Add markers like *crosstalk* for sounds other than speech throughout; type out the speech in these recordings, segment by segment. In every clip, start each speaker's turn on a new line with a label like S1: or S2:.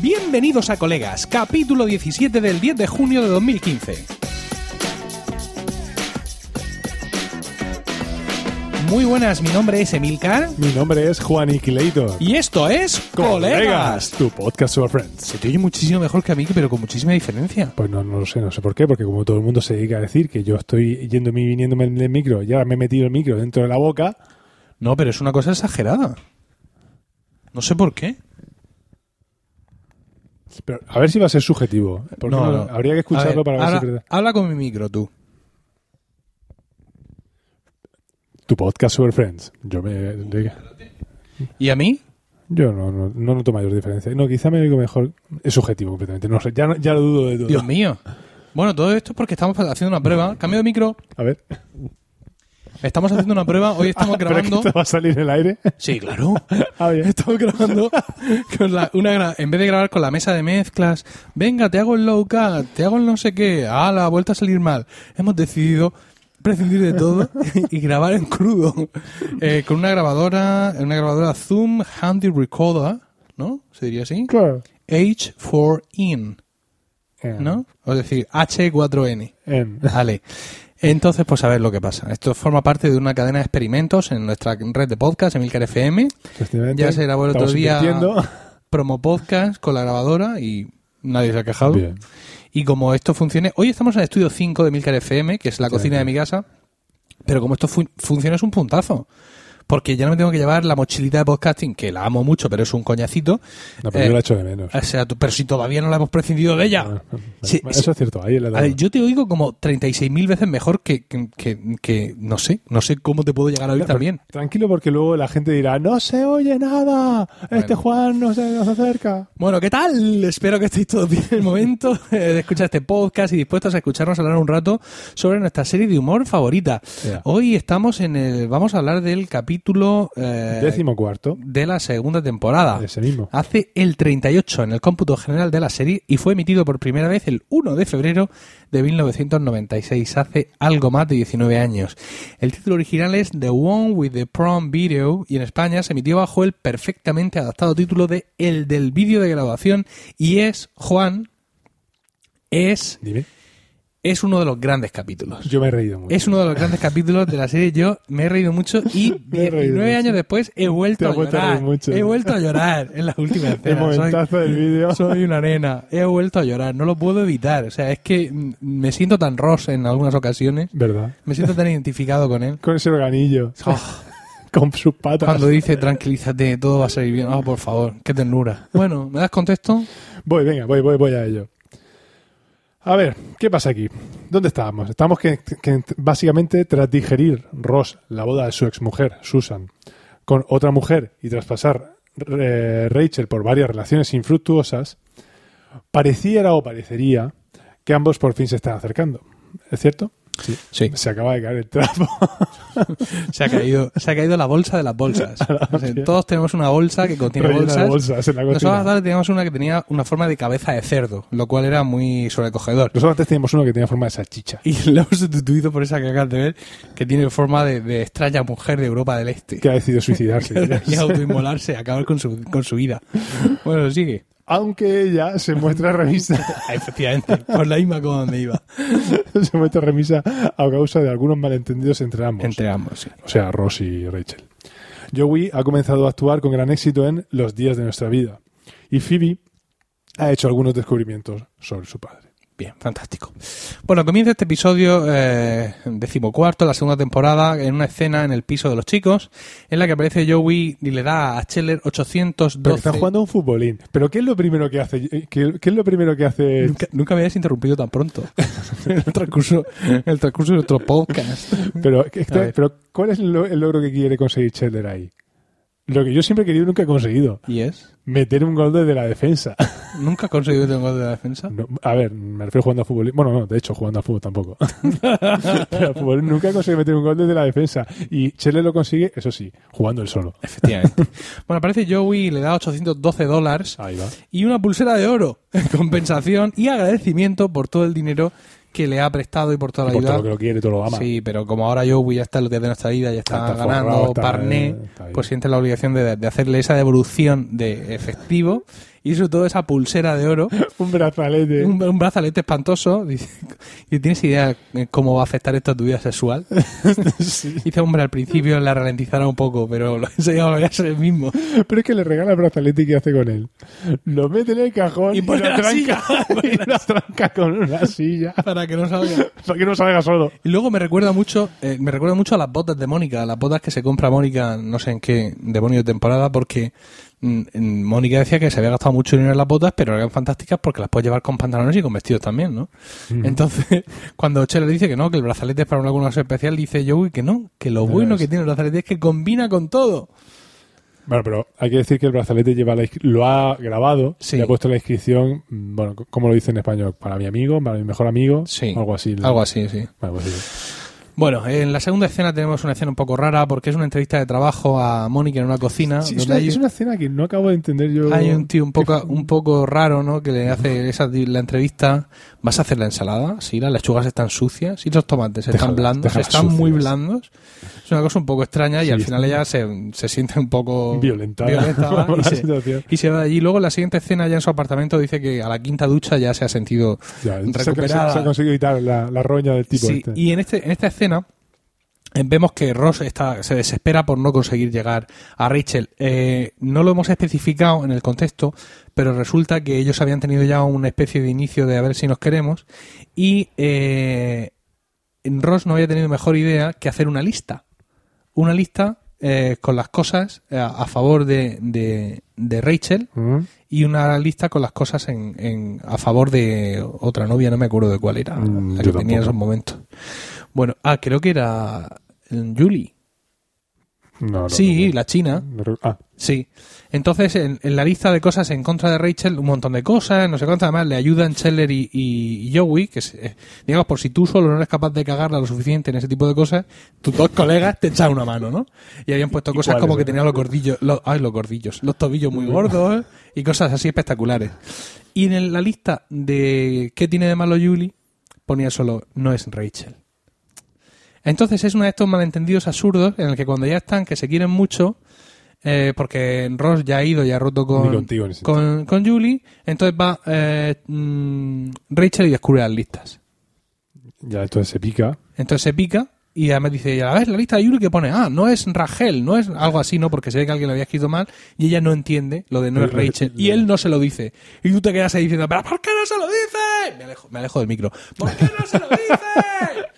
S1: Bienvenidos a Colegas, capítulo 17 del 10 de junio de 2015. Muy buenas, mi nombre es Emilcar
S2: Mi nombre es Juan Iquilator.
S1: y esto es Colegas.
S2: tu podcast sobre Friends.
S1: Se te oye muchísimo mejor que a mí, pero con muchísima diferencia.
S2: Pues no, no lo sé, no sé por qué, porque como todo el mundo se dedica a decir que yo estoy yéndome y viniéndome en el micro, ya me he metido el micro dentro de la boca,
S1: No, pero es una cosa exagerada. No sé por qué.
S2: pero a ver si va a ser subjetivo. porque
S1: No,
S2: no-
S1: no.
S2: habría que
S1: A ver,
S2: escucharlo para ver si es
S1: habla,
S2: verdad.
S1: habla con mi micro tú.
S2: Tu podcast sobre Friends. Yo me...
S1: ¿Y a mí?
S2: Yo no, no, no noto mayor diferencia. No, quizá me digo mejor... Es subjetivo completamente. No sé, ya, no- ya lo dudo de todo.
S1: Dios mío. Bueno, todo esto es porque estamos haciendo una prueba. Cambio de micro.
S2: A ver. *laughs*
S1: Estamos haciendo una prueba. Hoy estamos
S2: Ah, Pero es que
S1: grabando.
S2: esto va a salir en
S1: *laughs*
S2: el aire.
S1: Sí, claro.
S2: Ah,
S1: *laughs*
S2: bien.
S1: Estamos grabando con la- una gra- en vez de grabar con la mesa de mezclas. Venga, te hago el low cut, te hago el no sé qué. Ah, la vuelta a salir mal. Hemos decidido prescindir de todo *laughs* y grabar en crudo Eh, con una grabadora, una grabadora Zoom Handy Recorder, ¿no? Se diría así.
S2: Claro.
S1: H4in,
S2: En-
S1: ¿no? O decir, H4n.
S2: en-
S1: Vale. Entonces, pues a ver lo que pasa. Esto forma parte de una cadena de experimentos en nuestra red de podcast, Emilcar FM.
S2: Efectivamente,
S1: Ya se grabó el otro
S2: estamos
S1: día
S2: invirtiendo.
S1: promo podcast con la grabadora y nadie se ha quejado.
S2: Bien.
S1: Y como esto funcione, hoy estamos en el estudio 5 de Milcar FM, que es la cocina de mi casa, pero como esto fu- funciona es un puntazo. Porque ya no me tengo que llevar la mochilita de podcasting, que la amo mucho, pero es un coñacito.
S2: No, pero
S1: Eh,
S2: yo la echo de menos.
S1: o sea, tú- pero si todavía no la hemos prescindido de ella.
S2: Ah, vale.
S1: Sí,
S2: Bueno,
S1: sí.
S2: Eso es cierto, ahí en la
S1: A ver,
S2: tabla.
S1: yo te oigo como 36.000 veces mejor que, que, que- que- no sé, no sé cómo te puedo llegar a oír también.
S2: Tranquilo porque luego la gente dirá, no se oye nada, este Juan no se nos acerca.
S1: Bueno, ¿qué tal? Espero que estéis todos bien en el momento *laughs* eh, de escuchar este podcast y dispuestos a escucharnos hablar un rato sobre nuestra serie de humor favorita.
S2: Ya.
S1: Hoy estamos en el. Vamos a hablar del capítulo eh,
S2: Décimo cuarto,
S1: de la segunda temporada.
S2: ese mismo.
S1: Hace el 38 en el cómputo general de la serie y fue emitido por primera vez el 1 de febrero de 1996, hace algo más de 19 años. El título original es The One with the Prom Video y en España se emitió bajo el perfectamente adaptado título de El del vídeo de graduación y es, Juan, es,
S2: Dime,
S1: es uno de los grandes capítulos.
S2: yo me he reído mucho.
S1: Es uno de los grandes capítulos de la serie. Yo me he reído mucho y
S2: *laughs* Me he
S1: 19
S2: reído mucho.
S1: años después he
S2: Te
S1: vuelto
S2: has
S1: a
S2: vuelto a
S1: llorar.
S2: reír mucho.
S1: He vuelto a llorar en la última
S2: *laughs* el
S1: escena. Soy-
S2: momentazo del
S1: *laughs*
S2: vídeo.
S1: soy una nena, he vuelto a llorar, no lo puedo evitar. O sea, es que mm, me siento tan Ross en algunas ocasiones,
S2: ¿Verdad?
S1: me siento tan identificado con él.
S2: Con ese organillo,
S1: Oh,
S2: *laughs* con sus
S1: *laughs*
S2: patas.
S1: cuando dice tranquilízate, todo va a salir bien, oh, por favor, qué ternura. Bueno, ¿me das contexto?
S2: Voy, venga, voy, voy, voy a ello. A ver, ¿qué pasa aquí? ¿Dónde estábamos? Estamos que, que básicamente tras digerir Ross la boda de su exmujer, Susan, con otra mujer y tras pasar eh, Rachel por varias relaciones infructuosas, pareciera o parecería que ambos por fin se están acercando. ¿Es cierto? Sí.
S1: Sí.
S2: Se acaba de caer el trapo.
S1: Se ha caído, se ha caído la bolsa de las
S2: *laughs*
S1: bolsas. O sea, todos tenemos una bolsa que contiene
S2: Rellena
S1: bolsas.
S2: de bolsas *laughs* en la
S1: Nosotros
S2: cocina.
S1: hasta ahora teníamos una que tenía una forma de cabeza de cerdo, lo cual era muy sobrecogedor. *laughs*
S2: Nosotros antes teníamos uno que tenía forma de salchicha.
S1: Y lo hemos sustituido por esa que acabas de ver, que tiene forma de, de extraña mujer de Europa del Este.
S2: Que ha decidido suicidarse.
S1: *laughs* y autoinmolarse, acabar con su, con su vida. Bueno, *laughs* sigue.
S2: Aunque ella se muestra revista
S1: Efectivamente, por la misma como donde iba.
S2: *laughs* se mete remisa a causa de algunos malentendidos entre ambos.
S1: Entre ambos, sí.
S2: O sea, Ross y Rachel. Joey ha comenzado a actuar con gran éxito en Los días de nuestra vida. Y Phoebe ha hecho algunos descubrimientos sobre su padre.
S1: Bien, fantástico. Bueno, comienza este episodio eh, decimocuarto, la segunda temporada, en una escena en el piso de los chicos, en la que aparece Joey y le da a Scheller
S2: Pero
S1: 812.
S2: están jugando a un futbolín. ¿Pero qué es lo primero que hace? ¿Qué, qué es lo primero
S1: *laughs*
S2: que hace? este?
S1: Nunca, nunca me habías interrumpido tan
S2: *laughs*
S1: pronto en el transcurso, en el transcurso de nuestro
S2: *laughs*
S1: podcast.
S2: Pero, ¿qué-
S1: A ver.
S2: pero ¿cuál es lo- el logro que quiere conseguir Chandler ahí? Lo que yo siempre he querido y nunca he conseguido.
S1: ¿Y es?
S2: Meter un gol desde la defensa.
S1: ¿Nunca ha conseguido tener un gol de la defensa?
S2: No, a ver, me refiero jugando a fútbol. Bueno, no, de hecho, jugando a fútbol tampoco. *laughs* Pero al fútbol nunca consigue meter un gol desde la defensa. Y Chele lo consigue, eso sí, jugando él solo.
S1: Efectivamente. *laughs* Bueno, aparece Joey y le da 812 dólares
S2: Ahí va.
S1: y una pulsera de oro en compensación y agradecimiento por todo el dinero que le ha prestado y por toda la
S2: Y por todo
S1: ayuda.
S2: lo que lo quiere, todo lo ama.
S1: Sí, pero como ahora Joey ya está en los días de nuestra vida, ya está,
S2: Está
S1: ganando
S2: forrado, está-
S1: parné,
S2: está bien.
S1: pues siente la obligación de, de hacerle esa devolución de efectivo y sobre todo esa pulsera de oro,
S2: *laughs* Un brazalete.
S1: un, un brazalete espantoso. Dice, *laughs* ¿y ¿tienes idea cómo va a afectar esto a tu vida sexual?
S2: Sí.
S1: Dice, hombre, al principio la ralentizará un poco, pero lo *laughs* enseñaba a ser el mismo.
S2: Pero es que le regala el brazalete y ¿qué hace con él? Lo mete en el cajón
S1: Y
S2: y,
S1: pone
S2: lo,
S1: la
S2: tranca,
S1: silla.
S2: *laughs* y lo tranca con una silla
S1: Para que no salga.
S2: para que no salga solo.
S1: Y luego me recuerda mucho, eh, me recuerda mucho a las botas de Mónica, a las botas que se compra Mónica, no sé en qué demonio de temporada, porque mm, mm, Mónica decía que se había gastado mucho dinero en las botas, pero eran fantásticas porque las puedes llevar con pantalones y con vestidos también, ¿no? Entonces, *laughs* cuando Che le dice que no, que el brazalete es para una cosa especial, dice Joey que no, que lo
S2: Ya
S1: bueno
S2: ves.
S1: que tiene el brazalete es que combina con todo.
S2: Bueno, pero hay que decir que el brazalete lleva la inscri- lo ha grabado,
S1: Sí.
S2: le ha puesto la inscripción, mm, bueno, c- ¿cómo lo dice en español? Para mi amigo, para mi mejor amigo,
S1: Sí.
S2: algo así. ¿no?
S1: Algo así, sí.
S2: Bueno, pues sí.
S1: Bueno, en la segunda escena tenemos una escena un poco rara porque es una entrevista de trabajo a Mónica en una cocina.
S2: Sí,
S1: donde
S2: es, una,
S1: hay-
S2: es una escena que no acabo de entender yo.
S1: Hay un tío un poco, un poco raro, ¿no? Que le hace esa, la entrevista. ¿Vas a hacer la ensalada? Sí, las lechugas están sucias. Sí, los tomates están
S2: Déjalas,
S1: blandos.
S2: déjalas
S1: Están muy
S2: sucias.
S1: blandos. Es una cosa un poco extraña y
S2: Sí,
S1: al
S2: es-
S1: final ella se, se siente un poco
S2: Violentada.
S1: violentada
S2: *laughs* por
S1: y,
S2: la
S1: se,
S2: situación.
S1: y se va de allí. Luego, en la siguiente escena, ya en su apartamento, dice que a la quinta ducha ya se ha sentido
S2: Ya, se ha- se,
S1: recuperada.
S2: ha, se ha conseguido evitar la, la roña del tipo
S1: Sí,
S2: este.
S1: y en, este, en esta escena eh, vemos que Ross está, se desespera por no conseguir llegar a Rachel. Eh, no lo hemos especificado en el contexto, pero resulta que ellos habían tenido ya una especie de inicio de a ver si nos queremos y eh, Ross no había tenido mejor idea que hacer una lista. Una lista eh, con las cosas eh, a favor de, de- de Rachel
S2: Mm,
S1: y una lista con las cosas en, en- a favor de otra novia, no me acuerdo de cuál era,
S2: Mm,
S1: la que
S2: yo
S1: tenía en
S2: tampoco.
S1: esos momentos. Bueno, ah, creo que era mm, Julie.
S2: No, no,
S1: sí,
S2: no,
S1: la china.
S2: no, no, ah,
S1: Sí. Entonces, en, en la lista de cosas en contra de Rachel, un montón de cosas, no sé cuántas. Además, le ayudan Scheller y, y Joey, que, se- eh, digamos, por si tú solo no eres capaz de cagarla lo suficiente en ese tipo de cosas, tus dos colegas te echan una mano, ¿no? Y habían puesto
S2: ¿Y
S1: cosas
S2: cuáles
S1: como que
S2: eran?
S1: tenían los gordillos, los, ay, los gordillos, los tobillos muy gordos ¿eh? y cosas así espectaculares. Y en el- la lista de qué tiene de malo Julie, ponía solo, no es Rachel. Entonces es uno de estos malentendidos absurdos en el que cuando ya están, que se quieren mucho, eh, porque Ross ya ha ido y ha roto
S2: Ni
S1: con,
S2: contigo, ni sin-
S1: con, con Julie, entonces va eh, mm, Rachel y descubre las listas.
S2: ya entonces se pica.
S1: Entonces se pica y además dice, y a la vez la lista de Julie que pone, ah, no es Rachel, no es algo así, ¿no? Porque se ve que alguien lo había escrito mal y ella no entiende lo de no es
S2: Le- le-
S1: Rachel. Y él no se lo dice. Y tú te quedas ahí diciendo, pero ¿por qué no se lo dice? Me alejo, me alejo del micro. ¿Por qué no se lo dice? ¿Sabes?
S2: *laughs*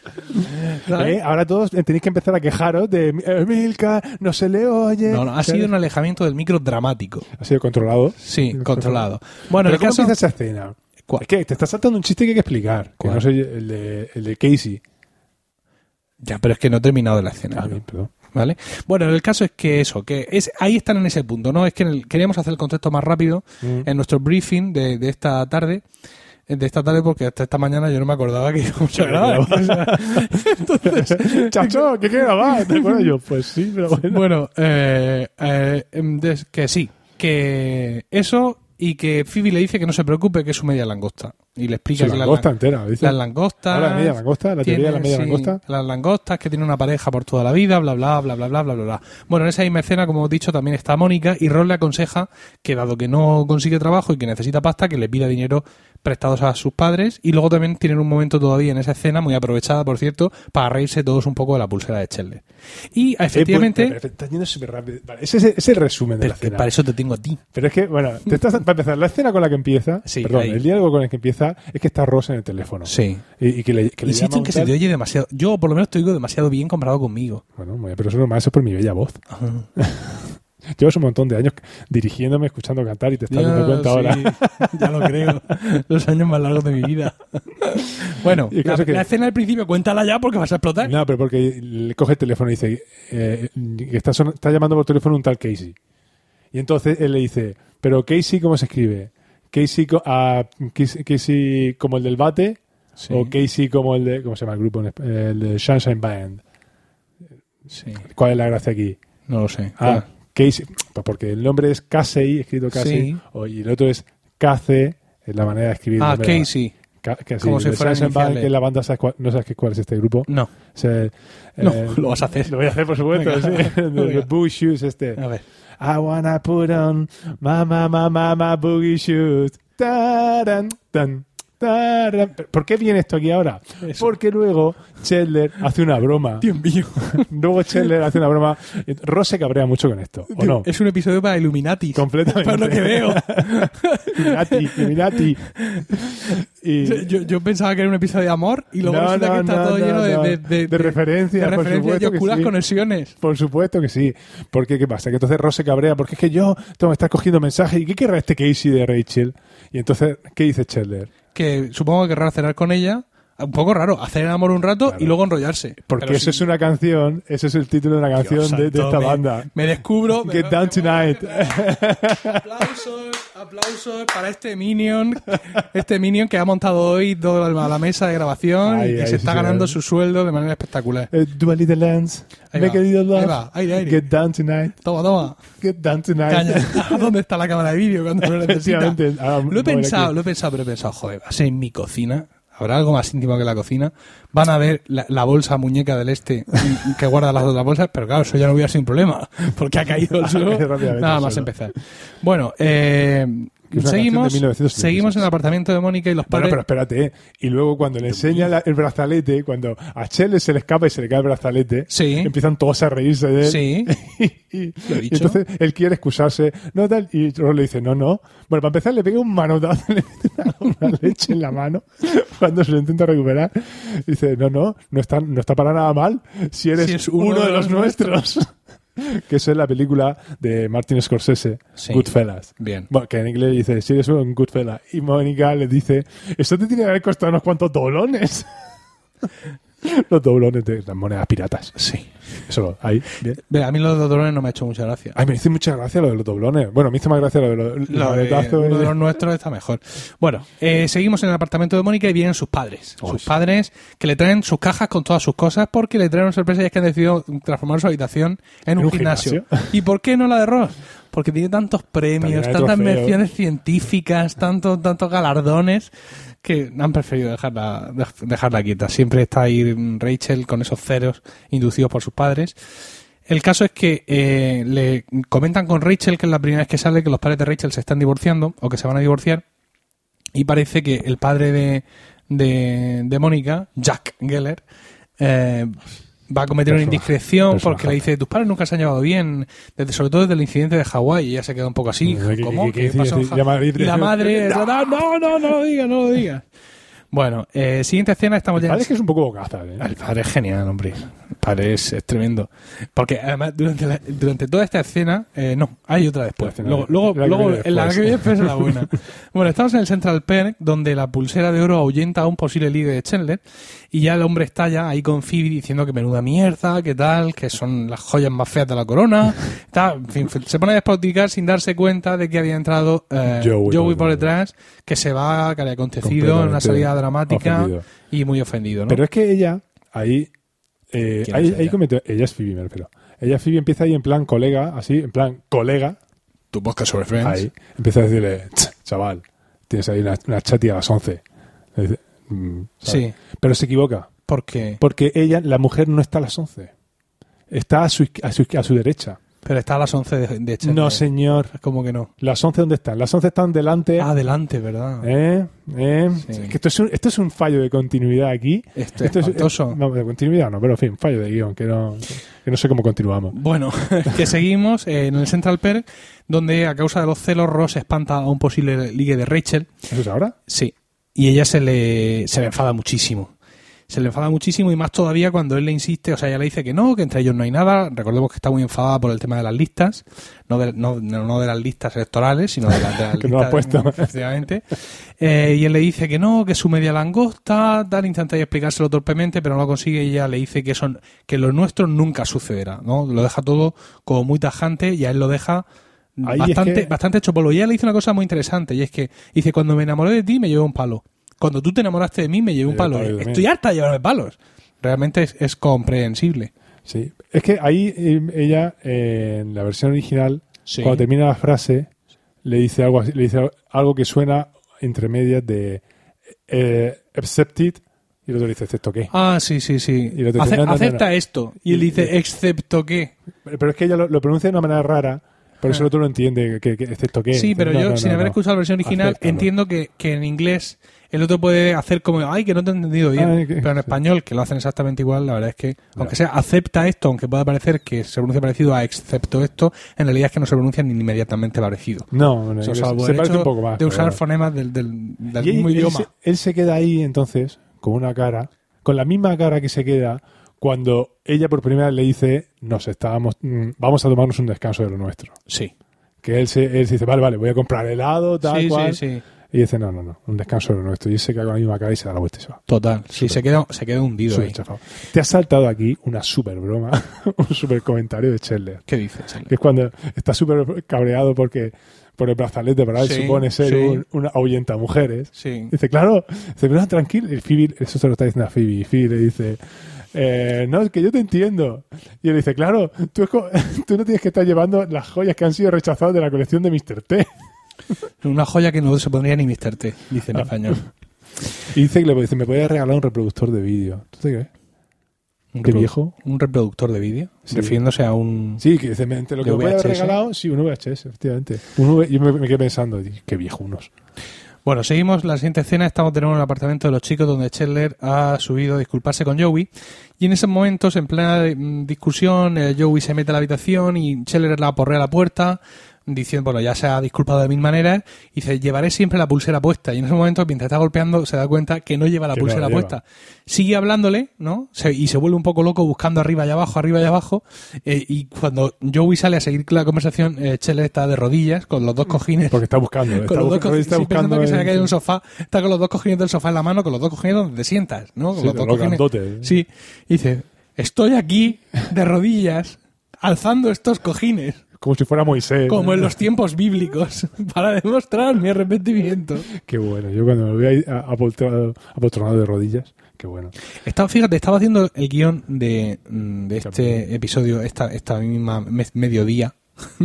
S2: Eh, Ahora todos tenéis que empezar a quejaros de "Eh, Milka, no se le oye.
S1: No, no, ha
S2: ¿Sabes?
S1: sido un alejamiento del micro dramático.
S2: Ha sido controlado.
S1: Sí,
S2: Pero
S1: controlado. Bueno,
S2: ¿Pero
S1: el
S2: cómo
S1: caso...
S2: empieza esa escena?
S1: ¿Cuál?
S2: Es que te estás saltando un chiste que hay que explicar. Que
S1: ¿Cuál?
S2: no soy el de, el de Casey.
S1: Ya, pero es que no he terminado la escena.
S2: Ah, bien, perdón.
S1: ¿Vale? Bueno, el caso es que eso, que es, ahí están en ese punto, ¿no? Es que en el- queríamos hacer el contexto más rápido
S2: Mm.
S1: en nuestro briefing de, de esta tarde. eh, De esta tarde, porque hasta esta mañana yo no me acordaba que *laughs* íbamos a grabar. O sea, Entonces,
S2: *laughs* Chacho, ¿qué
S1: *laughs*
S2: queda más? ¿Te acuerdas yo? Pues sí, pero bueno.
S1: bueno, eh, eh, em, des- que sí, que eso y que Phoebe le dice que no se preocupe, que es su media langosta. Y le explica
S2: Se
S1: que
S2: la
S1: la
S2: langosta entera. dice.
S1: las langostas.
S2: Ahora la media langosta, la teoría de
S1: tienen,
S2: la media
S1: sí,
S2: langosta.
S1: Las langostas que tienen una pareja por toda la vida, bla, bla, bla, bla, bla, bla, bla. bla. Bueno, en esa misma escena, como hemos dicho, también está Mónica y Ron le aconseja que, dado que no consigue trabajo y que necesita pasta, que le pida dinero prestados a sus padres. Y luego también tienen un momento todavía en esa escena, muy aprovechada, por cierto, para reírse todos un poco de la pulsera de Chelle. Y
S2: Eh,
S1: efectivamente.
S2: pues, pero estás yendo súper rápido. Vale, ese, ese es el resumen de
S1: pero
S2: la
S1: es que
S2: escena.
S1: para eso te tengo a ti.
S2: Pero es que, bueno, te estás, para empezar, la escena con la que empieza,
S1: Sí,
S2: perdón,
S1: ahí.
S2: el diálogo con el que empieza es que está Rosa en el teléfono.
S1: Sí.
S2: Y, y que le, que le llama
S1: Insisto en
S2: un
S1: que se
S2: tal-
S1: te oye demasiado. Yo, por lo menos, te oigo demasiado bien comparado conmigo.
S2: Bueno, muy bien, pero eso es normal, eso es por mi bella voz. Llevas un montón de años dirigiéndome, escuchando cantar y te estás dando
S1: Ya,
S2: cuenta ahora.
S1: sí, *laughs* ya lo creo. Los años más largos de mi
S2: *laughs*
S1: vida. Bueno,
S2: Y el
S1: la,
S2: caso es que-
S1: la escena al principio, cuéntala ya porque vas a explotar.
S2: No, pero porque le coge el teléfono y dice eh, que está, son- está llamando por teléfono un tal Casey. Y entonces él le dice, pero Casey, ¿cómo se escribe? Casey, co- ah, Casey, Casey como el del bate
S1: Sí,
S2: o Casey como el de, ¿cómo se llama el grupo? en espa- El de Sunshine Band.
S1: sí,
S2: ¿Cuál es la gracia aquí?
S1: no lo sé.
S2: Ah, Casey, pues porque el nombre es Casey, escrito Casey,
S1: Sí.
S2: o- y el otro es Case, es la manera de escribir. el
S1: Ah,
S2: nombre de la-
S1: Casey.
S2: Ca- que sí,
S1: Como si E.
S2: de
S1: fueran
S2: Sunshine Band,
S1: iniciales.
S2: que es la banda, ¿sabes cuál- no sabes qué- cuál es este grupo.
S1: No,
S2: Es el-
S1: no,
S2: eh,
S1: *laughs* lo vas a hacer.
S2: *laughs* lo voy a hacer, por supuesto.
S1: Venga.
S2: sí. *laughs* De- de
S1: Venga.
S2: Boogie Shoes este.
S1: A ver.
S2: I wanna put on my, my, my, my, my boogie shoes. Taran, tan, taran. ¿Por qué viene esto aquí ahora?
S1: Eso.
S2: Porque luego Chandler hace una broma.
S1: Dios *laughs* mío.
S2: Luego Chandler hace una broma. Ross se cabrea mucho con esto, ¿o no?
S1: Es un episodio para Illuminati. *laughs*
S2: Completamente.
S1: Para lo que veo.
S2: *laughs* Illuminati, *laughs* Illuminati. Y-
S1: Yo, yo- yo pensaba que era un episodio de amor y luego
S2: No,
S1: resulta que
S2: no,
S1: está
S2: no,
S1: todo
S2: no,
S1: lleno de,
S2: no.
S1: de, de-
S2: De referencias,
S1: de
S2: por
S1: referencias y
S2: supuesto que
S1: oscuras
S2: sí.
S1: conexiones.
S2: Por supuesto que sí. Porque, ¿qué pasa? Que entonces Ross se cabrea porque es que yo tengo que estar cogiendo mensajes. ¿Y qué querrá este Casey de Rachel? Y entonces, ¿qué dice Chandler?
S1: Que supongo que querrá cenar con ella. Un poco raro, hacer el amor un rato
S2: Claro.
S1: y luego enrollarse.
S2: Porque
S1: Pero
S2: eso
S1: sí.
S2: es una canción, ese es el título de una
S1: Dios
S2: canción de, de
S1: santo,
S2: esta
S1: me-
S2: banda.
S1: Me descubro. me-
S2: Get Down Tonight.
S1: Aplausos, aplausos para este Minion. Este Minion que ha montado hoy toda la- la mesa de grabación
S2: Ahí,
S1: y que
S2: ahí,
S1: se
S2: sí,
S1: está
S2: señor.
S1: ganando su sueldo de manera espectacular.
S2: Eh, Do a little dance,
S1: Ahí
S2: make
S1: va,
S2: a little
S1: ahí
S2: love,
S1: va, aire, aire.
S2: get down tonight,
S1: Toma, toma.
S2: get down tonight.
S1: Caña. ¿Dónde está la cámara de vídeo cuando lo necesita?
S2: este- Efectivamente, ahora
S1: Lo he
S2: voy
S1: pensado,
S2: aquí.
S1: lo he pensado, pero he pensado, joder, va a ser en mi cocina. Habrá algo más íntimo que la cocina. Van a ver la, la bolsa muñeca del este y- que guarda las otras bolsas, pero claro, eso ya no hubiera sido un problema, porque ha caído el suelo.
S2: caído *laughs* rápidamente
S1: Nada
S2: al
S1: más
S2: suelo.
S1: empezar. Bueno, eh,
S2: Que es una
S1: seguimos,
S2: canción de 1956.
S1: seguimos en el apartamento de Mónica y los
S2: Bueno,
S1: padres.
S2: pero espérate, ¿eh? y luego cuando le enseña la- el brazalete, cuando a Chelle se le escapa y se le cae el brazalete,
S1: Sí.
S2: empiezan todos a reírse de él.
S1: Sí,
S2: y,
S1: Lo he dicho.
S2: entonces él quiere excusarse, no tal, y Ross le dice, no, no. Bueno, para empezar le pega un manotazo, *laughs* le mete una, una leche en la mano cuando se lo intenta recuperar. Dice, no, no, no está, no está para nada mal si eres
S1: Si es
S2: uno, de los nuestros. *laughs* que eso es la película de Martin Scorsese,
S1: Sí.
S2: Goodfellas. *laughs*
S1: bien.
S2: Bueno, que en inglés dice, si eres un Goodfellas. Y Mónica le dice, eso te tiene que haber costado unos cuantos doblones. *laughs* los doblones de las monedas piratas.
S1: Sí.
S2: Eso, ahí, bien.
S1: Ve, A mí los dodones no me ha hecho mucha gracia.
S2: Ay, me hizo mucha gracia lo de los doblones. Bueno, me hizo más gracia lo de los, los eh.
S1: Lo de-
S2: maletazos.
S1: uno de los nuestros está mejor. Bueno, eh, seguimos en el apartamento de Mónica y vienen sus padres.
S2: Oh,
S1: sus
S2: sí.
S1: padres que le traen sus cajas con todas sus cosas porque le traen una sorpresa y es que han decidido transformar su habitación en, un,
S2: un
S1: gimnasio.
S2: gimnasio.
S1: ¿Y por qué no la de Ross? Porque tiene tantos premios,
S2: llena de
S1: tantas
S2: trofeos.
S1: menciones científicas, tantos, tantos galardones que han preferido dejarla, dej- dejarla quieta. Siempre está ahí mm, Rachel con esos ceros inducidos por sus padres. El caso es que eh, le comentan con Rachel, que es la primera vez que sale, que los padres de Rachel se están divorciando o que se van a divorciar. Y parece que el padre de, de, de Mónica, Jack Geller, eh, va a cometer una
S2: Persona-
S1: indiscreción
S2: persona
S1: porque le dice, tus padres nunca se han llevado bien, desde sobre todo desde el incidente de Hawái. Y ella se queda un poco así,
S2: ¿Qué- qué-
S1: ¿cómo?
S2: qué-
S1: ¿Qué,
S2: qué-
S1: pasó en
S2: qué-
S1: Ja-?"
S2: qué- llama a
S1: Y
S2: Britney? *laughs*
S1: la madre, no, no, no, no lo digas, no lo digas. Bueno, eh, siguiente escena, estamos ya en-
S2: Parece que es un poco bocaza, ¿eh?
S1: el padre es genial, hombre. El padre es, es tremendo. Porque además, durante, la- durante toda esta escena, eh, no, hay otra
S2: La
S1: después.
S2: escena
S1: Luego,
S2: de-
S1: luego,
S2: la que
S1: luego
S2: viene
S1: en la
S2: después.
S1: que viene después es la
S2: *laughs*
S1: buena. bueno, estamos en el Central Perk, donde la pulsera de oro ahuyenta a un posible líder de Chandler. Y ya el hombre está ya ahí con Phoebe diciendo que menuda mierda, que tal, que son las joyas más feas de la corona. Tal, en fin, se pone a despoticar sin darse cuenta de que había entrado eh,
S2: Joey
S1: Joey,
S2: por
S1: por
S2: detrás.
S1: detrás, que se va, que le ha acontecido en una
S2: Completamente
S1: salida dramática
S2: ofendido.
S1: y muy ofendido. ¿no?
S2: Pero es que ella, ahí. eh,
S1: ¿Quién
S2: ahí,
S1: es
S2: ahí
S1: ella?
S2: cometió- ella es Phoebe, me refiero. Ella, Phoebe, empieza ahí en plan colega, así, en plan colega.
S1: tu podcast sobre Friends.
S2: Ahí. Empieza a decirle, "Ch, chaval, tienes ahí una, una chati a las 11. Le dice, mm, ¿sabes?
S1: Sí,
S2: Pero se equivoca.
S1: porque.
S2: Porque ella, la mujer, no está a las 11. Está a su, izqui- a su, izqui- a su derecha.
S1: Pero está a las 11 de, de Chandler.
S2: No, señor.
S1: Como que no.
S2: ¿Las 11 dónde están? Las 11 están delante.
S1: Adelante, ¿verdad?
S2: ¿Eh? ¿Eh?
S1: Ah. Sí.
S2: Es que esto, es un, esto es un fallo de continuidad aquí.
S1: Esto es
S2: es-
S1: Este,
S2: eh,
S1: espantoso.
S2: no, de continuidad no, pero en fin, fallo de guión, que no, que no sé cómo continuamos.
S1: Bueno, *laughs* que seguimos eh, en el Central Perk, donde a causa de los celos Ross espanta a un posible ligue de Rachel.
S2: ¿Eso es ahora?
S1: Sí. Y ella se le, se le enfada muchísimo. Se le enfada muchísimo y más todavía cuando él le insiste, o sea, ella le dice que no, que entre ellos no hay nada. Recordemos que está muy enfadada por el tema de las listas, no de, no, no- no de las listas electorales, sino de las, de las
S2: *laughs* Que no
S1: listas-
S2: ha puesto.
S1: Efectivamente. Eh, y él le dice que no, que es su media langosta, tal, intenta ahí explicárselo torpemente, pero no lo consigue y ella le dice que, son, que lo nuestro nunca sucederá, ¿no? Lo deja todo como muy tajante y a él lo deja
S2: Ahí es
S1: bastante,
S2: que-
S1: bastante hecho polvo. Y ella le hizo una cosa muy interesante, y es que dice, cuando me enamoré de ti me llevé un palo. Cuando tú te enamoraste de mí me llevé un
S2: Me llevé
S1: palo.
S2: palo yo también.
S1: Estoy harta de llevarme palos. Realmente es, es comprensible.
S2: Sí. Es que ahí eh, ella, eh, en la versión original,
S1: Sí.
S2: cuando termina la frase, le dice algo así- le dice algo que suena entre medias de eh, accepted, y el otro dice, ¿excepto qué?
S1: Ah, sí, sí, sí.
S2: Y lo te-
S1: Ace-
S2: no, no, no,
S1: acepta
S2: no.
S1: esto. Y él dice, excepto que.
S2: Pero es que ella lo, lo pronuncia de una manera rara, por eso el otro no entiende, que, que- ¿excepto qué?
S1: Ah. Sí, pero
S2: No,
S1: yo,
S2: no, no,
S1: sin haber
S2: no.
S1: escuchado la versión original,
S2: Acéptalo.
S1: entiendo que, que en inglés el otro puede hacer como, ay, que no te he entendido bien.
S2: Ay, que-
S1: pero en
S2: sí.
S1: español, que lo hacen exactamente igual, la verdad es que, aunque sea acepta esto, aunque pueda parecer que se pronuncia parecido a excepto esto, en realidad es que no se pronuncia ni inmediatamente parecido.
S2: No, no,
S1: O sea,
S2: se-
S1: salvo
S2: se
S1: el
S2: parece
S1: hecho
S2: un poco más.
S1: de
S2: pero
S1: usar
S2: bueno.
S1: fonemas del, del, del
S2: Y él-
S1: mismo
S2: él
S1: idioma.
S2: se- Él, se queda ahí entonces con una cara, con la misma cara que se queda cuando ella por primera vez le dice, nos estábamos, mm, vamos a tomarnos un descanso de lo nuestro.
S1: Sí.
S2: Que él se, él se dice, vale, vale, voy a comprar helado, tal
S1: Sí,
S2: cual.
S1: sí, sí.
S2: Y dice, no, no, no, un descanso de lo nuestro. Y él se queda con la misma cara y se da la vuelta y se va.
S1: Total. Sí, se queda, se queda hundido
S2: Súper
S1: ahí.
S2: chafado. Te has saltado aquí una super broma, *laughs* un super comentario de Chandler.
S1: ¿Qué dices? Ale?
S2: Que es cuando está súper cabreado porque por el brazalete, para él
S1: Sí,
S2: supone ser
S1: sí.
S2: un, un ahuyenta mujeres.
S1: Sí.
S2: Dice, claro, dice, pero no, tranquilo. Y Phoebe, eso se lo está diciendo a Phoebe. Y Phoebe le dice, eh, no, es que yo te entiendo. Y él dice, claro, tú, es co- *laughs* tú no tienes que estar llevando las joyas que han sido rechazadas de la colección de Mr. T.
S1: Una joya que no se pondría ni Mr. T, dice en
S2: Ah. *laughs*
S1: español.
S2: Y dice que le dice, me puedes regalar un reproductor de vídeo. ¿Tú te crees?
S1: Un
S2: ¿Qué
S1: reprodu-
S2: viejo?
S1: Un reproductor de vídeo,
S2: Sí.
S1: refiriéndose a un...
S2: Sí, que dice, "Me- entre lo que
S1: ¿De
S2: me puede haber
S1: VHS?
S2: regalado, sí, un VHS, efectivamente. Un V- yo me, me quedé pensando, "Di, qué viejunos.
S1: Bueno, seguimos la siguiente escena. Estamos de nuevo en el apartamento de los chicos donde Chandler ha subido a disculparse con Joey. Y en esos momentos, en plena mm, discusión, eh, Joey se mete a la habitación y Chandler la aporrea a la puerta diciendo, bueno, ya se ha disculpado de mil maneras. Y dice, llevaré siempre la pulsera puesta. Y en ese momento, mientras está golpeando, se da cuenta que no lleva la
S2: Que no la
S1: pulsera
S2: lleva.
S1: puesta. Sigue hablándole, ¿no? Se- y se vuelve un poco loco buscando arriba y abajo, arriba y abajo. Eh, y cuando Joey sale a seguir la conversación, eh, Chandler está de rodillas con los dos cojines
S2: Mm. Porque está buscando. Está,
S1: con los dos
S2: buscando-
S1: cojines,
S2: está
S1: sí, pensando
S2: Pues buscando
S1: que se había
S2: en-
S1: caído un sofá, está con los dos cojines del sofá en la mano, con los dos cojines donde te sientas, ¿no? Con
S2: Sí, los
S1: cojines.
S2: grandotes.
S1: Sí, y dice, estoy aquí de rodillas alzando estos cojines,
S2: Como si fuera Moisés.
S1: como en los tiempos bíblicos, *laughs* para demostrar mi arrepentimiento.
S2: Qué bueno. Yo cuando me vi ahí a- apoltronado, apoltronado de rodillas,
S1: *laughs*
S2: qué bueno.
S1: Estaba, fíjate, estaba haciendo el guión de, mm, de este episodio, esta, esta misma me- mediodía, *clears throat*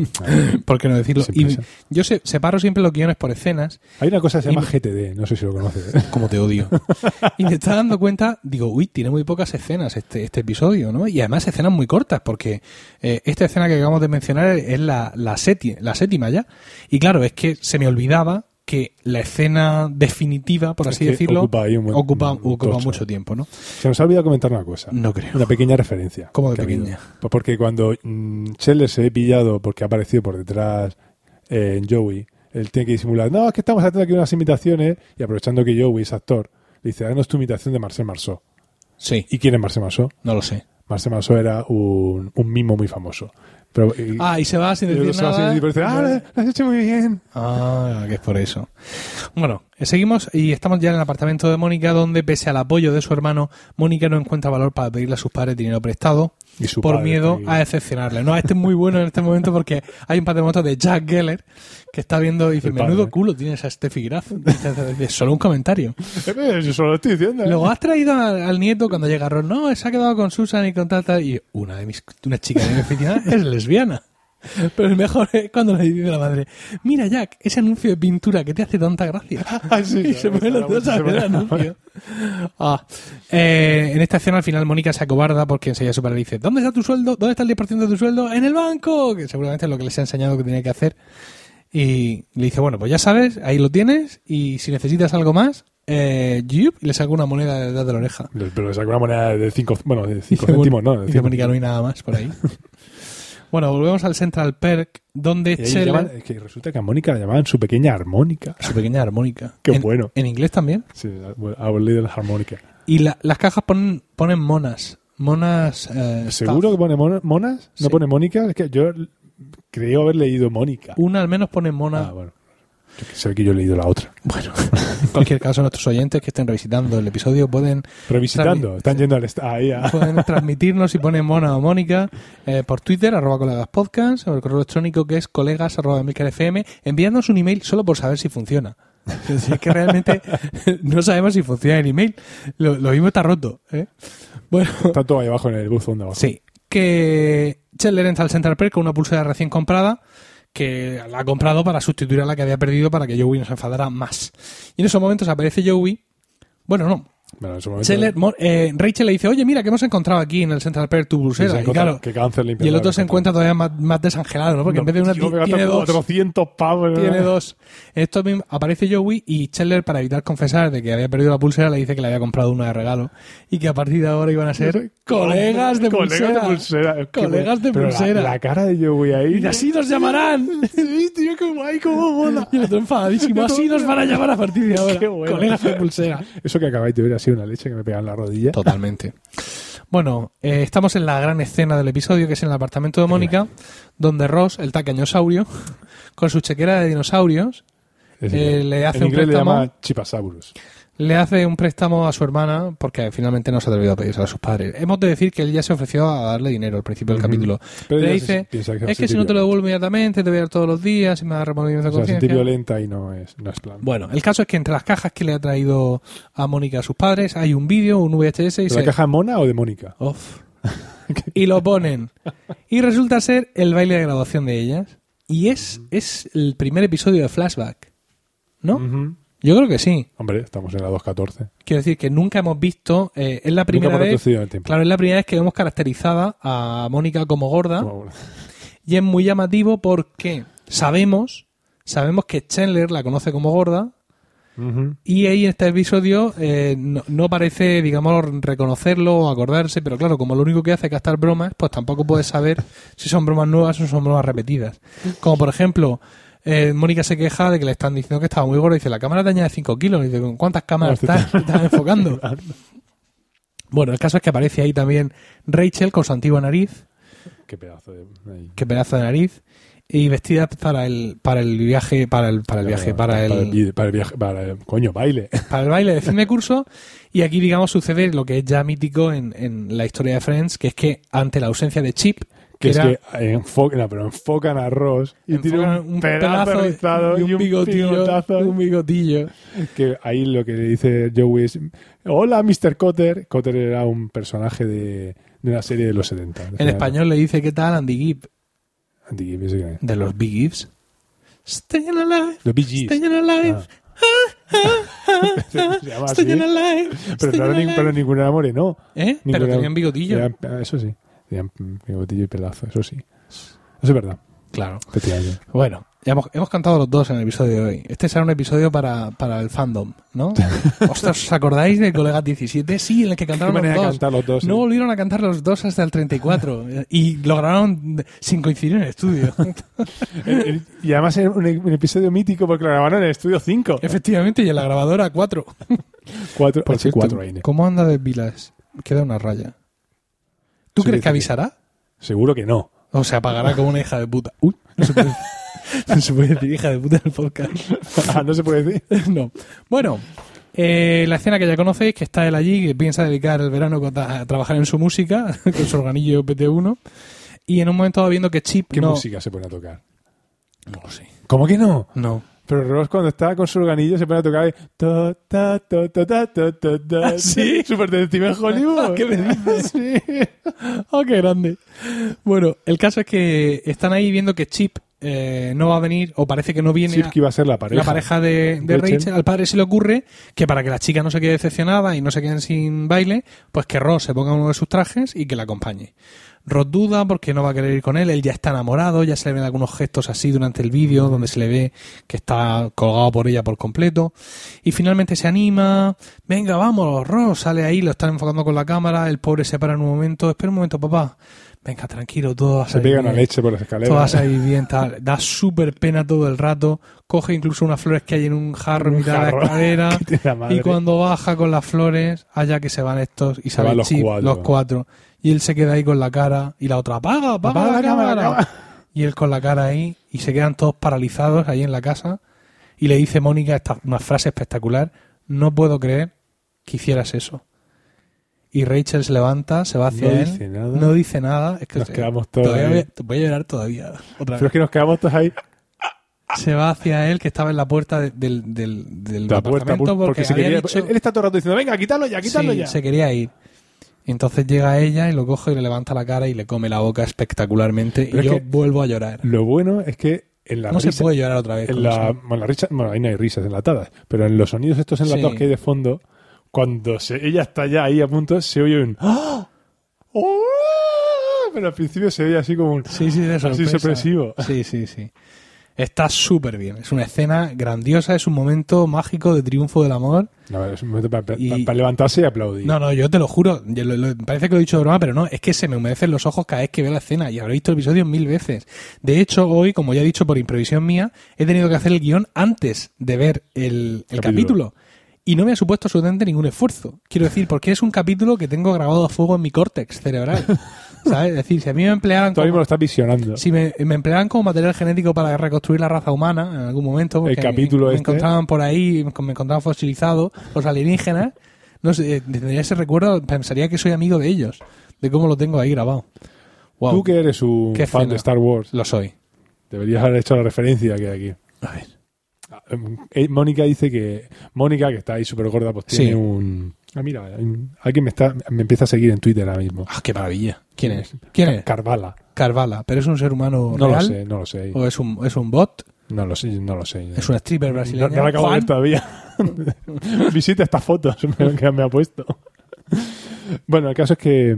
S1: por qué no decirlo.
S2: Sin
S1: Y
S2: prisa.
S1: yo se- separo siempre los guiones por escenas
S2: Hay una cosa que se llama
S1: Y-
S2: GTD, no sé si lo conoces.
S1: como te
S2: *laughs*
S1: odio. Y me estaba dando cuenta, digo, uy, tiene muy pocas escenas este, este episodio, ¿no? Y además escenas muy cortas, porque eh, esta escena que acabamos de mencionar es la, la, seti- la séptima ya. Y claro, es que se me olvidaba que la escena definitiva, *laughs* por
S2: Es
S1: así
S2: *laughs* que
S1: decirlo,
S2: ocupa ahí un buen-
S1: ocupa,
S2: un
S1: ocupa
S2: tocho.
S1: mucho tiempo, ¿no?
S2: Se nos ha olvidado comentar una cosa.
S1: No creo.
S2: Una pequeña referencia.
S1: ¿Cómo de
S2: que ha habido.
S1: pequeña?
S2: Pues porque cuando mm, Chandler se he pillado porque ha aparecido por detrás eh, Joey, él tiene que disimular, no, es que estamos haciendo aquí unas imitaciones y aprovechando que Joey es actor, le dice, danos tu imitación de Marcel Marceau.
S1: Sí,
S2: ¿Y quién es Marcel Marceau?
S1: no lo sé.
S2: Marcel Marceau era un, un mimo muy famoso. Pero, y-
S1: Ah, y se va
S2: y
S1: sin
S2: el otro
S1: decir
S2: se va
S1: nada.
S2: así y parece, ah, lo has hecho muy bien. *laughs*
S1: Ah, que es por eso. Bueno, eh, seguimos y estamos ya en el apartamento de Mónica, donde pese al apoyo de su hermano, Mónica no encuentra valor para pedirle a sus padres dinero prestado
S2: Y su
S1: por
S2: padre
S1: miedo
S2: está ahí.
S1: a decepcionarle. No, este es muy bueno en este momento porque hay un par de momentos de Jack Geller que está viendo y dice,
S2: El padre.
S1: menudo culo tienes a Steffi Graf. Dice, dice, solo un comentario.
S2: Eh, Yo solo lo estoy diciendo. ¿eh?
S1: Luego has traído al, al nieto cuando llega Ron, no, se ha quedado con Susan y con tal, tal. Y una de mis, una chica de mi
S2: *laughs*
S1: oficina es lesbiana. Pero el mejor es cuando le dice la madre, mira Jack, ese anuncio de pintura que te hace tanta gracia.
S2: *laughs* Ah, sí,
S1: Y se
S2: claro,
S1: ponen los
S2: está la
S1: dos a ver el
S2: vuelta, se
S1: anuncio. Ah, eh, en esta escena al final Mónica se acobarda porque enseguida su padre le dice, ¿dónde está tu sueldo? ¿Dónde está el 10% de tu sueldo? En el banco, que seguramente es lo que les ha enseñado que tenía que hacer. Y le dice, bueno, pues ya sabes, ahí lo tienes y si necesitas algo más, eh, yup, y le saco una moneda de detrás de la oreja.
S2: Le- Pero le sacó una moneda de 5 bueno, de
S1: Dice,
S2: cinco céntimos,
S1: bueno,
S2: ¿no? De
S1: dice,
S2: cinco
S1: Mónica, no hay nada más por ahí. *laughs* bueno, volvemos al Central Perk, donde
S2: Y ahí llaman-
S1: Chandler...
S2: es que resulta que a Mónica la llamaban su pequeña armónica.
S1: Su pequeña armónica.
S2: *laughs* Qué
S1: En-
S2: bueno.
S1: En inglés también.
S2: Sí, our little harmónica.
S1: Y la- las cajas ponen, ponen monas. Monas. eh,
S2: ¿Seguro que pone mon- monas? ¿No
S1: Sí.
S2: pone Mónica? Es que yo l- creo haber leído Mónica.
S1: staff. Una al menos pone mona.
S2: Ah, bueno. Yo que sé que yo he leído la otra.
S1: bueno. en cualquier caso, nuestros oyentes que estén revisitando el episodio pueden,
S2: Revisitando,
S1: También-
S2: están yendo al est- ahí a- *laughs*
S1: pueden transmitirnos si ponen mona o mónica eh, por Twitter, arroba colegas podcast, o el correo electrónico que es colegas arroba emilcarfm, enviándonos un email solo por saber si
S2: *laughs*
S1: funciona. Si es que realmente *laughs* no sabemos si funciona el email. Lo, lo mismo está roto. ¿eh? Bueno.
S2: Está todo ahí abajo en el buzón de abajo.
S1: Sí, que Chandler entra al Central Perk con una pulsera recién comprada que la ha comprado para sustituir a la que había perdido para que Joey no se enfadara más. Y en esos momentos aparece Joey Bueno, no.
S2: Bueno, en su momento.
S1: Scheller, Mo- eh, Rachel le dice, oye, mira, que hemos encontrado aquí en el Central Perk tu
S2: Sí, se
S1: pulsera. y,
S2: encuentra-
S1: claro,
S2: que cáncer limpia
S1: y el
S2: la
S1: otro se
S2: garganta.
S1: encuentra todavía más, más desangelado, ¿no? Porque en vez de una
S2: Tío,
S1: ti-
S2: me gastan
S1: tiene dos.
S2: 400 pavos. ¿no?
S1: Tiene dos. Esto mismo- aparece Joey y Scheller, para evitar confesar de que había perdido la pulsera, le dice que le había comprado una de regalo y que a partir de ahora iban a *laughs* ser colegas de
S2: colegas
S1: pulsera.
S2: De pulsera. Es que
S1: Colegas de
S2: pero la-
S1: pulsera.
S2: La, cara de Joey ahí.
S1: Y así nos llamarán.
S2: Sí, tío, qué guay, cómo mola.
S1: *laughs* Y el otro enfadadísimo. Así nos van a llamar a partir de ahora.
S2: Qué bueno.
S1: Colegas de pulsera.
S2: Eso que acabáis de ver ha sido una leche que me pegaba en la rodilla.
S1: Totalmente. Bueno, eh, estamos en la gran escena del episodio, que es en el apartamento de Mónica, donde Ross, el tacañosaurio, *laughs* con su chequera de dinosaurios,
S2: Es decir,
S1: Eh, le hace
S2: en
S1: un
S2: inglés
S1: préstamo.
S2: le llama Chipasaurus.
S1: le hace un préstamo a su hermana porque finalmente no se ha atrevido a pedírselo a sus padres. Hemos de decir que él ya se ofreció a darle dinero al principio del
S2: Ujú.
S1: capítulo.
S2: Pero
S1: le
S2: ella se-
S1: dice,
S2: piensa que se va a
S1: es que si
S2: sentir
S1: no te lo
S2: violenta.
S1: devuelvo inmediatamente, te voy a dar todos los días y me da remordimiento
S2: O
S1: de
S2: sea, sentir
S1: conciencia.
S2: violenta y no es, no es plan.
S1: Bueno, el caso es que entre las cajas que le ha traído a Mónica a sus padres hay un vídeo, un VHS y
S2: ¿De ¿La
S1: se...
S2: caja mona o de Mónica?
S1: Off. y lo ponen. Y resulta ser el baile de graduación de ellas. Y es, es el primer episodio de Flashback. ¿No?
S2: Ujú.
S1: Yo creo que sí.
S2: Hombre, estamos en la 2.14.
S1: Quiero decir que nunca hemos visto, eh, es la primera
S2: Nunca hemos
S1: vez,
S2: retrocedido en el tiempo.
S1: claro, es la primera vez que vemos caracterizada a Mónica como gorda
S2: Como- bueno.
S1: y es muy llamativo porque sabemos, sabemos que Chandler la conoce como gorda
S2: Ujú.
S1: y ahí en este episodio eh, no, no parece, digamos, reconocerlo o acordarse, pero claro, como lo único que hace es gastar bromas, pues tampoco puedes saber si son bromas nuevas o son bromas repetidas. Como por ejemplo, eh, Mónica se queja de que le están diciendo que estaba muy gorda y dice, la cámara te añade 5 kilos. Y dice, ¿con cuántas cámaras
S2: Ah,
S1: estás, estás enfocando? Bueno, el caso es que aparece ahí también Rachel con su antigua nariz,
S2: Qué pedazo de. ahí.
S1: qué pedazo de nariz, y vestida para el, para el viaje, para el, para el viaje, para
S2: Para el,
S1: el,
S2: vide- para el viaje. Para el, coño, baile.
S1: para el baile de fin de curso. Y aquí, digamos, sucede lo que es ya mítico en, en la historia de Friends, que es que ante la ausencia de Chip,
S2: Que
S1: era-
S2: es que enfocan, no, pero enfocan a Ross y tiene
S1: enfocan
S2: un, pedazo, rizado
S1: y un bigotillo,
S2: bigotazo.
S1: un bigotillo.
S2: Que ahí lo que le dice Joey es: Hola, Mr. Cotter. Cotter era un personaje de, de una serie de los 70. de
S1: En
S2: final-
S1: español le dice, ¿qué tal Andy Gibb?
S2: Andy, pienso que-
S1: De los Big Gibbs. Staying alive,
S2: Los Bee Gees. Ah,
S1: staying alive, *laughs*
S2: Se llama así.
S1: staying alive,
S2: Pero
S1: staying
S2: no era ni-
S1: alive.
S2: pero ningún amor, no.
S1: ¿Eh? Pero
S2: Ninguna-
S1: tenían bigotillo.
S2: Tenían- ah, eso sí. Tenían mm, bigotillo y pedazo, eso sí. Eso es verdad.
S1: Claro.
S2: efectivamente.
S1: Bueno, ya hemos, hemos cantado los dos en el episodio de hoy. Este será un episodio para, para el fandom, ¿no?
S2: *laughs*
S1: Ostras, ¿os acordáis de Colegas 17? Sí, en el que
S2: Qué
S1: cantaron
S2: manera
S1: los
S2: de
S1: dos.
S2: cantar los dos.
S1: No
S2: ¿eh?
S1: volvieron a cantar los dos hasta el 34 eh, y lo grabaron sin coincidir en el estudio.
S2: *laughs* eh. El- el- y además era un, un episodio mítico porque lo grabaron en el estudio 5.
S1: Efectivamente, y en la grabadora 4.
S2: 4 4
S1: ¿cómo anda de pilas? Queda una raya. ¿Tú crees
S2: Sí,
S1: que
S2: dice que-
S1: avisará?
S2: Seguro que no.
S1: O se apagará como una hija de puta. Uy, no se puede, no se puede decir hija de puta en el podcast.
S2: *laughs* Ah, no se puede decir.
S1: *laughs* no. Bueno, eh, la escena que ya conocéis, que está él allí, que piensa dedicar el verano con- a trabajar en su música, *laughs* con su organillo PT1. Y en un momento dado viendo que Chip
S2: ¿Qué
S1: no...
S2: música se pone a tocar?
S1: No lo sé.
S2: ¿Cómo que no?
S1: No.
S2: Pero Ross cuando está con su organillo se pone a tocar y... ta, ta, ta, ta, ta, ta, ta, ta.
S1: ¿Ah,
S2: *laughs*
S1: sí?
S2: Super detective en
S1: *laughs*
S2: Hollywood.
S1: ¿Qué me dices? Ah, qué grande. Bueno, el caso es que están ahí viendo que Chip eh, no va a venir, o parece que no viene
S2: Chip
S1: a-
S2: que iba a ser la pareja.
S1: la pareja de, de
S2: Rachel.
S1: Rachel. Al padre se le ocurre que para que la chica no se quede decepcionada y no se queden sin baile, pues que Ross se ponga uno de sus trajes y que la acompañe. Ross duda porque no va a querer ir con él, él ya está enamorado, ya se le ven algunos gestos así durante el vídeo donde se le ve que está colgado por ella por completo. Y finalmente se anima, venga, vamos, Ross sale ahí, lo están enfocando con la cámara, el pobre se para en un momento, espera un momento, papá, venga, tranquilo, todo va a
S2: Se
S1: salir
S2: pega
S1: bien".
S2: una leche por las
S1: Todas
S2: *laughs* escaleras.
S1: ahí bien, tal. Da súper pena todo el rato. Coge incluso unas flores que hay en un jarro en
S2: Un
S1: mitad de la
S2: jarro. *laughs*
S1: escalera.
S2: Que tiene la madre.
S1: y cuando baja con las flores, allá que se van estos y salen
S2: van los cuatro.
S1: los cuatro. Y él se queda ahí con la cara y la otra, apaga, apaga,
S2: Apaga
S1: la,
S2: la cámara,
S1: cámara. Y él con la cara ahí y se quedan todos paralizados ahí en la casa. Y le dice Mónica esta, una frase espectacular, no puedo creer que hicieras eso. Y Rachel se levanta, se va hacia
S2: No
S1: él,
S2: dice nada.
S1: no dice nada. Es que
S2: Nos
S1: se-
S2: quedamos todos
S1: todavía
S2: ahí.
S1: voy a- te voy a llorar todavía. Otra
S2: Pero
S1: vez.
S2: es que nos quedamos todos ahí.
S1: Se va hacia él, que estaba en la puerta de- del, del, del
S2: La puerta,
S1: apartamento
S2: porque,
S1: porque,
S2: se
S1: había
S2: quería,
S1: dicho-
S2: él, él está todo el rato diciendo, venga, quítalo ya, quítalo
S1: Sí,
S2: ya.
S1: se quería ir. Y Entonces llega ella y lo coge y le levanta la cara y le come la boca espectacularmente.
S2: Pero
S1: y
S2: es
S1: yo
S2: que-
S1: vuelvo a llorar.
S2: Lo bueno es que en la
S1: No se
S2: risa-
S1: puede llorar otra vez.
S2: en
S1: con
S2: la,
S1: eso.
S2: bueno, la risa- bueno, ahí no hay risas enlatadas, pero en los sonidos estos enlatados
S1: Sí.
S2: que hay de fondo, Cuando se- ella está ya ahí a punto, se oye un... ¡Ah! ¡Oh! Pero al principio se oye así como un...
S1: Sí, sí, de sorpresa.
S2: Así sorpresivo.
S1: Sí, sí, sí. Está súper bien. Es una escena grandiosa, es un momento mágico de triunfo del amor.
S2: No, es un momento para, para-
S1: Y-
S2: para levantarse y aplaudir.
S1: No, no, yo te lo juro. yo lo- lo- parece que lo he dicho de broma, pero no. Es que se me humedecen los ojos cada vez que veo la escena y habré visto el episodio mil veces. De hecho, hoy, como ya he dicho por improvisión mía, he tenido que hacer el guión antes de ver el, el
S2: Capítulo.
S1: capítulo. Y no me ha supuesto absolutamente ningún esfuerzo. Quiero decir, porque es un capítulo que tengo grabado a fuego en mi córtex cerebral. ¿Sabes? Es decir, si a mí me empleaban
S2: Tú ahora mismo lo estás visionando.
S1: si me, me empleaban como material genético para reconstruir la raza humana en algún momento, porque
S2: El capítulo
S1: me, me
S2: este.
S1: encontraban por ahí, me encontraban fosilizado, los alienígenas, no sé, eh, tendría ese recuerdo, pensaría que soy amigo de ellos, de cómo lo tengo ahí grabado. Wow,
S2: Tú que eres un fan
S1: Qué
S2: de
S1: escena.
S2: Star Wars,
S1: lo soy.
S2: deberías haber hecho la referencia que hay aquí.
S1: A ver.
S2: Eh, Mónica dice que Mónica, que está ahí súper gorda, pues
S1: Sí.
S2: tiene un... Ah, mira, hay un- alguien me, está, me empieza a seguir en Twitter ahora mismo.
S1: Ah, qué maravilla. ¿Quién es? ¿Quién es?
S2: Carvala.
S1: Carvala, pero es un ser humano
S2: No lo
S1: real
S2: sé, no lo sé.
S1: o es un es un bot,
S2: No lo sé, no lo sé.
S1: es un stripper
S2: No,
S1: brasileño.
S2: no la acabo de ver
S1: Juan, *laughs*
S2: todavía. Visita estas fotos que me ha puesto. Bueno, el caso es que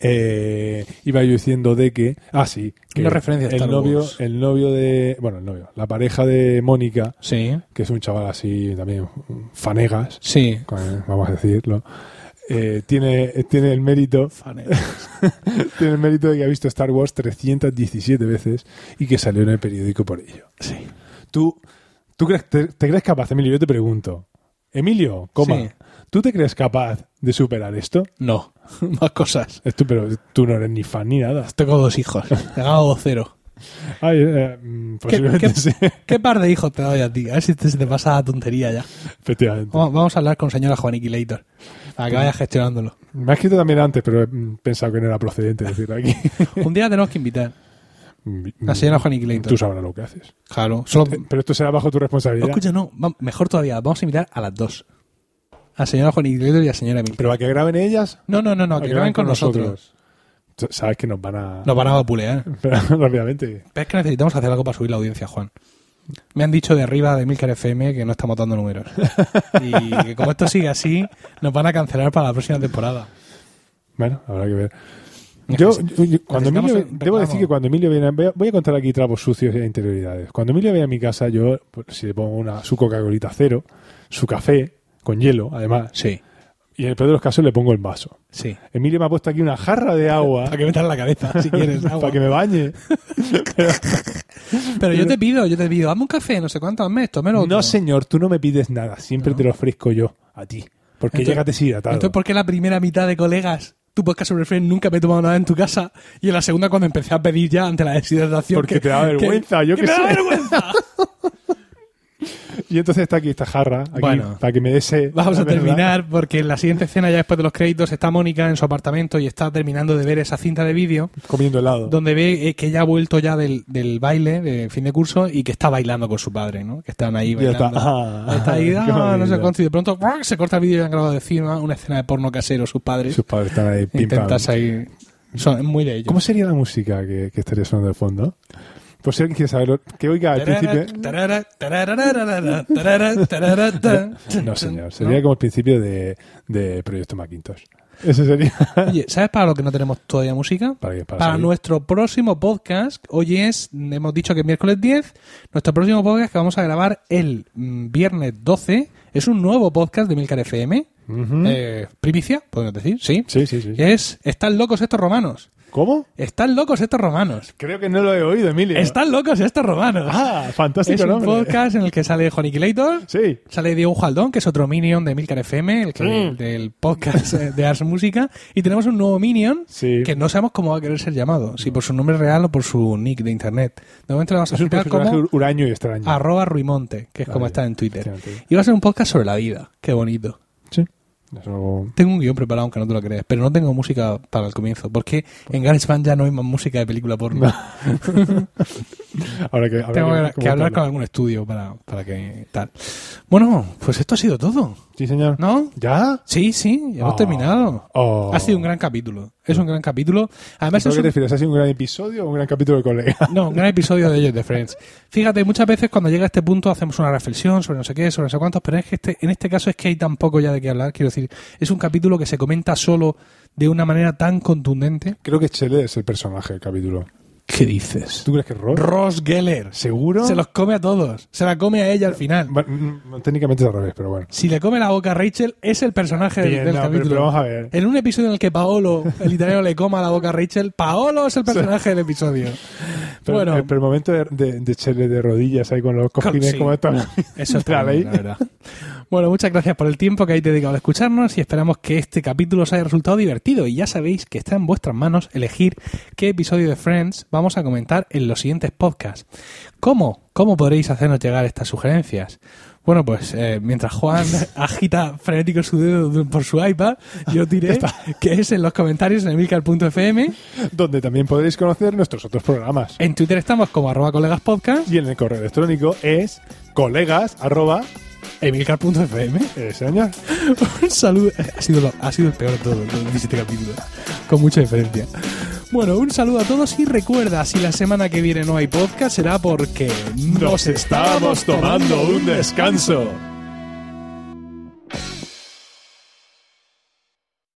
S2: eh, iba yo diciendo de que. Ah, sí. Que
S1: Una referencia a
S2: el
S1: Star
S2: novio,
S1: Wars.
S2: el novio de. Bueno, el novio. La pareja de Mónica,
S1: sí,
S2: que es un chaval así también fanegas,
S1: sí.
S2: con- vamos a decirlo. eh, tiene, tiene el mérito tiene el mérito de que ha visto Star Wars 317 veces y que salió en el periódico por ello.
S1: Sí.
S2: ¿Tú, tú crees, te, te crees capaz, Emilio? Yo te pregunto. Emilio, coma.
S1: Sí.
S2: ¿Tú te crees capaz de superar esto?
S1: No, *laughs* más cosas.
S2: Es tú, pero tú no eres ni fan ni nada.
S1: Tengo dos
S2: *laughs*
S1: hijos, te hago cero.
S2: Ay, eh, mm, posiblemente
S1: qué-
S2: sí.
S1: ¿Qué par de hijos te doy a ti? A ver si te, se te pasa la tontería ya.
S2: Efectivamente.
S1: Vamos, vamos a hablar con señora Juaniquilator. Para que vaya gestionándolo.
S2: Me has escrito también antes, pero he mm, pensado que no era procedente decirlo
S1: *laughs*
S2: aquí.
S1: Un día tenemos que invitar a la
S2: Mm,
S1: señora Juaniquilator.
S2: Tú sabrás lo que haces.
S1: Claro. Solo,
S2: Eh, Pero esto será bajo tu responsabilidad.
S1: escucha, no. va- mejor todavía. Vamos a invitar a las dos. A la señora Juaniquilator y a la señora Emil.
S2: Pero a que graben ellas,
S1: No, no, no, no.
S2: a
S1: Que graben con nosotros.
S2: Tú Sabes que nos van a... *laughs*
S1: Nos van a vapulear.
S2: rápidamente.
S1: Pero es que necesitamos hacer algo para subir la audiencia, Juan. Me han dicho de arriba de Milcar FM que no estamos dando números. Y que como esto sigue así, nos van a cancelar para la próxima temporada.
S2: Bueno, habrá que ver. Yo, yo- yo- cuando
S1: necesitamos
S2: Emilio,
S1: un
S2: debo
S1: reclamo.
S2: decir que cuando Emilio viene, voy a, voy a contar aquí trapos sucios e interioridades. Cuando Emilio viene a mi casa, yo pues, si le pongo una, su Coca-Colita cero, su café con hielo, además,
S1: Sí,
S2: y en el peor de los casos le pongo el vaso.
S1: sí.
S2: Emilio me ha puesto aquí una jarra de
S1: *laughs*
S2: agua
S1: Para que metas la cabeza, si quieres. agua.
S2: *laughs* para que me bañe.
S1: Pero yo te pido, yo te pido, hazme un café, *laughs* no sé cuánto, hazme esto, hazme lo otro.
S2: No, señor, tú no me pides nada, siempre te lo ofrezco yo a ti, porque
S1: Entonces-
S2: llegas deshidratado.
S1: Entonces, ¿por qué la primera mitad de colegas, tu podcast sobre Friends, nunca me he tomado nada en tu casa? Y en la segunda, cuando empecé a pedir ya ante la deshidratación.
S2: Porque te da vergüenza, yo qué
S1: me da
S2: sé. *laughs*
S1: vergüenza.
S2: Y entonces está aquí esta jarra, aquí,
S1: Bueno.
S2: para que me dese.
S1: Vamos a terminar, porque en la siguiente escena, ya después de los créditos, está Mónica en su apartamento y está terminando de ver esa cinta de vídeo.
S2: Comiendo helado.
S1: donde ve eh, que ella ha vuelto ya del, del baile de fin de curso y que está bailando con su padre, ¿no? Que están ahí
S2: Ya
S1: bailando.
S2: está. Ah,
S1: Está ahí,
S2: *laughs* qué
S1: ah, no sé
S2: maravilla.
S1: cuánto, y de pronto ¡buah! se corta el vídeo y han grabado de encima una escena de porno casero, sus padres.
S2: Sus padres están ahí, pim, pam.
S1: Intentas ahí. Son muy de ellos.
S2: ¿Cómo sería la música que, que estaría sonando de fondo? Pues si alguien quiere saberlo, que oiga al
S1: Tarara, *laughs*
S2: principio.
S1: tarara, tarara, tarara, tarara, tarara.
S2: *laughs* No, señor. Sería como el principio de, de Proyecto Macintosh. Ese
S1: *laughs*
S2: sería.
S1: Oye, ¿sabes para lo que no tenemos todavía música?
S2: ¿Para qué? Para
S1: Para
S2: salir.
S1: nuestro próximo podcast, hoy es, hemos dicho que es miércoles 10, nuestro próximo podcast que vamos a grabar el mm, viernes 12, es un nuevo podcast de Milcar FM,
S2: Ujú.
S1: eh, primicia, podemos decir, sí.
S2: Sí, sí, sí.
S1: Es Están locos estos romanos.
S2: ¿Cómo?
S1: Están locos estos romanos.
S2: Creo que no lo he oído, Emilio.
S1: Están locos estos romanos.
S2: Ah, fantástico
S1: es un
S2: nombre.
S1: podcast en el que sale Joniquilator,
S2: Sí.
S1: Sale Diego Jaldón, que es otro Minion de Milcar FM, el que-
S2: Mm.
S1: del podcast eh, de Ars Música. Y tenemos un nuevo Minion
S2: Sí.
S1: que no sabemos cómo va a querer ser llamado, si por su nombre real o por su nick de internet. De momento lo vamos a
S2: Es un
S1: explicar
S2: personaje
S1: como
S2: huraño y extraño.
S1: arroba ruimonte, que es como
S2: Vale,
S1: está en Twitter.
S2: efectivamente.
S1: Y va a ser un podcast sobre la vida. Qué bonito.
S2: Sí. Eso-
S1: Tengo un guión preparado, aunque no te lo creas, pero no tengo música para el comienzo, porque en GarageBand ya no hay más música de película porno.
S2: Ahora que,
S1: *laughs*
S2: habrá
S1: tengo que, que hablar con
S2: comentarlo.
S1: algún estudio para, para que tal. Bueno, pues esto ha sido todo,
S2: Sí, señor.
S1: ¿no?
S2: ¿Ya?
S1: Sí, sí, ya hemos
S2: Oh.
S1: terminado.
S2: Oh.
S1: Ha sido un gran capítulo. Es un gran capítulo. Además, es
S2: ¿Pero qué te
S1: un,
S2: refieres? ¿Ha sido un gran episodio o un gran capítulo de colega? *laughs*
S1: no, un gran episodio de ellos de Friends. Fíjate, muchas veces cuando llega a este punto hacemos una reflexión sobre no sé qué, sobre no sé cuántos, pero es que este, en este caso es que hay tan poco ya de qué hablar. Quiero decir, es un capítulo que se comenta solo de una manera tan contundente.
S2: Creo que Chele es el personaje del capítulo.
S1: ¿Qué dices?
S2: ¿Tú crees que es Ross?
S1: Ross Geller.
S2: ¿Seguro?
S1: Se los come a todos. Se la come a ella al final.
S2: Bueno, mm, técnicamente es al revés, pero bueno.
S1: Si le come la boca a Rachel, es el personaje del-
S2: Bien,
S1: del
S2: no, pero-
S1: capítulo.
S2: pero vamos a ver.
S1: En un episodio en el que Paolo, el italiano, le coma la boca a Rachel, Paolo
S2: *laughs*
S1: es el personaje del episodio.
S2: Pero,
S1: bueno,
S2: eh, pero el momento de, de, de Chele de rodillas ahí con los cojines
S1: sí.
S2: como está.
S1: eso es
S2: la ley.
S1: la verdad. Bueno, muchas gracias por el tiempo que habéis dedicado a escucharnos y esperamos que este capítulo os haya resultado divertido. Y ya sabéis que está en vuestras manos elegir qué episodio de Friends vamos a comentar en los siguientes podcasts. ¿Cómo? ¿Cómo podréis hacernos llegar estas sugerencias? Bueno, pues eh, mientras Juan agita frenético su dedo por su iPad, yo diré que es en los comentarios en emilcar.fm.
S2: *laughs* Donde también podréis conocer nuestros otros programas.
S1: En Twitter estamos como arroba colegas podcast,
S2: Y en el correo electrónico es colegas arroba
S1: emilcar.fm.
S2: eh, señor.
S1: Un *laughs* saludo. Ha sido, lo- ha sido el peor de todo, de este capítulo. Con mucha diferencia. Bueno, un saludo a todos y recuerda, si la semana que viene no hay podcast será porque
S2: Nos estábamos tomando un descanso.